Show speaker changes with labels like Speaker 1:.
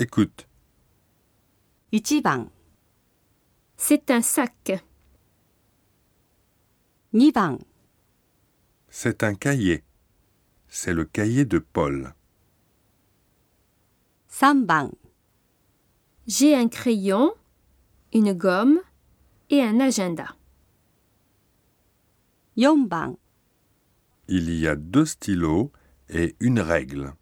Speaker 1: Écoute.
Speaker 2: 1番、
Speaker 3: C'est un sac.
Speaker 2: 2番、
Speaker 1: C'est un cahier. C'est le cahier de Paul.
Speaker 2: 3番、
Speaker 3: J'ai un crayon, une gomme et un agenda.
Speaker 2: 4番、
Speaker 1: Il y a deux stylos et une règle.